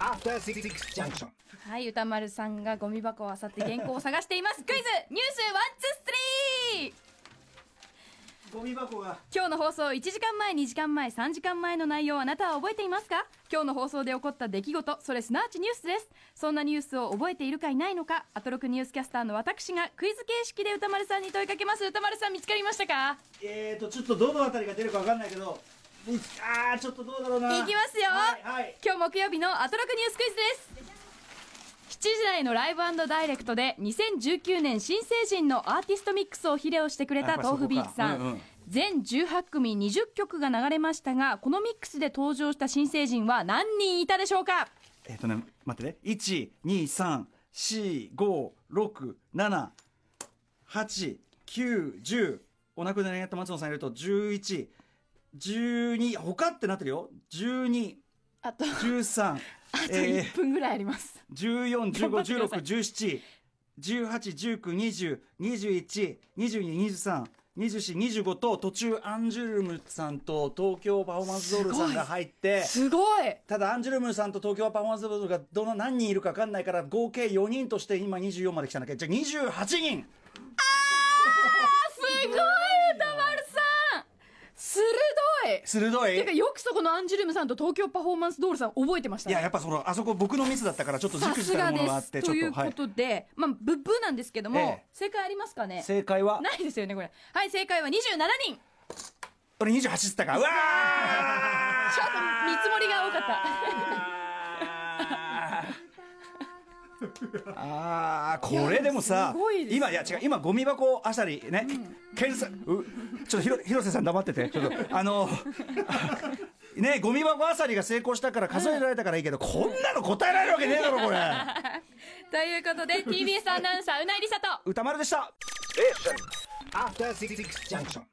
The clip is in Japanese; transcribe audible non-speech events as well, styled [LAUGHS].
アフターシックスジャンクション。はい、歌丸さんがゴミ箱を漁って原稿を探しています。クイズニュースワンツースリーゴミ箱が。今日の放送1時間前2時間前3時間前の内容をあなたは覚えていますか今日の放送で起こった出来事それすなわちニュースですそんなニュースを覚えているかいないのかアトロクニュースキャスターの私がクイズ形式で歌丸さんに問いかけます歌丸さん見つかりましたかえーと、ちょっとどのあたりが出るかわかんないけど、いあー、ちょっとどうだろうな。いきますよ、はい、はい。今日木曜日のアトロクニュースクイズです7時台のライブダイレクトで2019年新成人のアーティストミックスを披露してくれた豆腐ビーツさん、うんうん全18組20曲が流れましたがこのミックスで登場した新成人は何人いたでしょうかえっ、とね、待ってね。1、2、3、4、5、6、7、8、9、10。お亡くなりになった松野さんいると、11、12、他ってなってるよ。12、あと13、あとえー1分ぐらいあります、 14、頑張ってく15、ださい16、17、18、19、20、21、22、23、24、25と途中アンジュルムさんと東京パフォーマンスドールさんが入ってすごいただアンジュルムさんと東京パフォーマンスドールがどの何人いるか分かんないから合計4人として今24まで来たんだけどじゃあ28人すごい歌丸さん鋭い鋭いてかよくそこのアンジュルムさんと東京パフォーマンスドールさん覚えてましたいねややっぱそのあそこ僕のミスだったからちょっとじさくすじたがるものでがあっすてとちいょうっとはこいとで、まあブッブーなんですけども、ええ正解ありますかね正解はないですよねこれはい正解は27人俺28っつったかうわーちょっと見積もりが多かったあーあーこれでもいやさすごいですよ今いや違う今ゴミ箱あさりね、検査うちょっとひろ広瀬さん黙っててちょっとあのねゴミ箱あさりが成功したから数えられたからいいけど、こんなの答えられるわけねえだろこれということ [LAUGHS] で TBS アナウンサーうないりさと歌丸でしたアフターシックスジャンクション